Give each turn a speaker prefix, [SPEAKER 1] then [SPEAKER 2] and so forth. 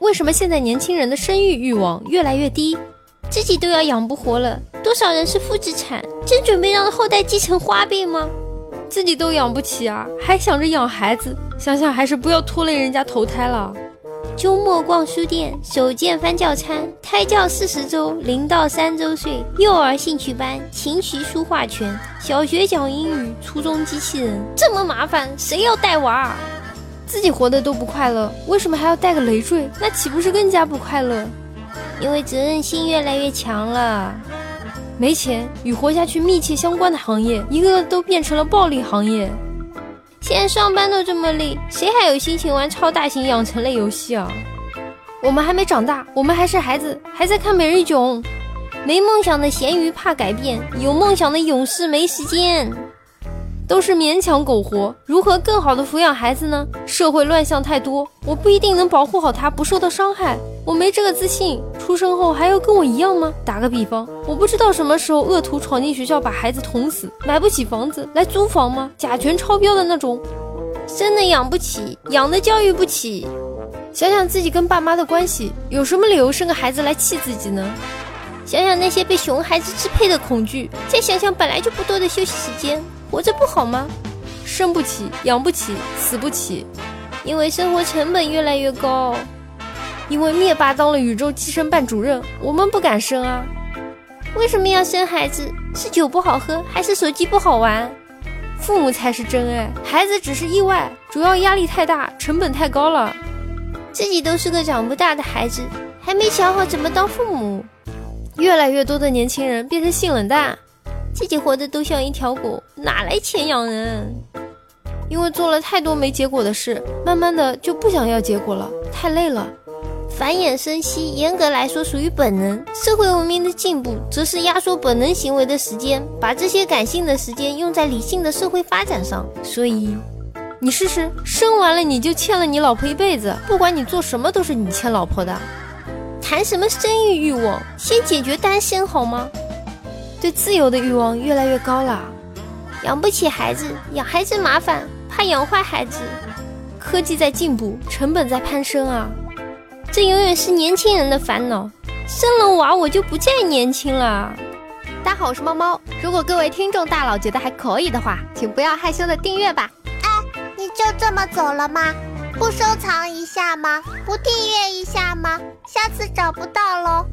[SPEAKER 1] 为什么现在年轻人的生育欲望越来越低？自己都要养不活了，多少人是负资产？真准备让后代继承花呗吗？自己都养不起啊，还想着养孩子？想想还是不要拖累人家投胎了。
[SPEAKER 2] 周末逛书店，手贱翻教餐，胎教四十周，零到三周岁，幼儿兴趣班，琴棋书画全，小学讲英语，初中机器人，
[SPEAKER 1] 这么麻烦，谁要带娃？啊？自己活得都不快乐，为什么还要带个累赘？那岂不是更加不快乐？
[SPEAKER 2] 因为责任心越来越强了。
[SPEAKER 1] 没钱与活下去密切相关的行业，一个个都变成了暴利行业。
[SPEAKER 2] 现在上班都这么累，谁还有心情玩超大型养成类游戏啊？
[SPEAKER 1] 我们还没长大，我们还是孩子，还在看《每日囧》。
[SPEAKER 2] 没梦想的咸鱼怕改变，有梦想的勇士没时间。
[SPEAKER 1] 都是勉强苟活，如何更好的抚养孩子呢？社会乱象太多，我不一定能保护好他不受到伤害，我没这个自信。出生后还要跟我一样吗？打个比方，我不知道什么时候恶徒闯进学校把孩子捅死，买不起房子来租房吗？甲醛超标的那种，
[SPEAKER 2] 生的养不起，养的教育不起。
[SPEAKER 1] 想想自己跟爸妈的关系，有什么理由生个孩子来气自己呢？
[SPEAKER 2] 想想那些被熊孩子支配的恐惧，再想想本来就不多的休息时间。活着不好吗？
[SPEAKER 1] 生不起，养不起，死不起，
[SPEAKER 2] 因为生活成本越来越高。
[SPEAKER 1] 因为灭霸当了宇宙计生办主任，我们不敢生啊。
[SPEAKER 2] 为什么要生孩子？是酒不好喝，还是手机不好玩？
[SPEAKER 1] 父母才是真爱，孩子只是意外，主要压力太大，成本太高了。
[SPEAKER 2] 自己都是个长不大的孩子，还没想好怎么当父母。
[SPEAKER 1] 越来越多的年轻人变成性冷淡。
[SPEAKER 2] 自己活得都像一条狗，哪来钱养人？
[SPEAKER 1] 因为做了太多没结果的事，慢慢的就不想要结果了，太累了。
[SPEAKER 2] 繁衍生息，严格来说属于本能。社会文明的进步，则是压缩本能行为的时间，把这些感性的时间用在理性的社会发展上。
[SPEAKER 1] 所以，你试试，生完了你就欠了你老婆一辈子，不管你做什么都是你欠老婆的。
[SPEAKER 2] 谈什么生育欲望，先解决单身好吗？
[SPEAKER 1] 对自由的欲望越来越高了，
[SPEAKER 2] 养不起孩子，养孩子麻烦，怕养坏孩子。
[SPEAKER 1] 科技在进步，成本在攀升啊，
[SPEAKER 2] 这永远是年轻人的烦恼。生了娃，我就不再年轻了。
[SPEAKER 3] 大家好，我是猫猫。如果各位听众大佬觉得还可以的话，请不要害羞的订阅吧。
[SPEAKER 4] 哎，你就这么走了吗？不收藏一下吗？不订阅一下吗？下次找不到喽。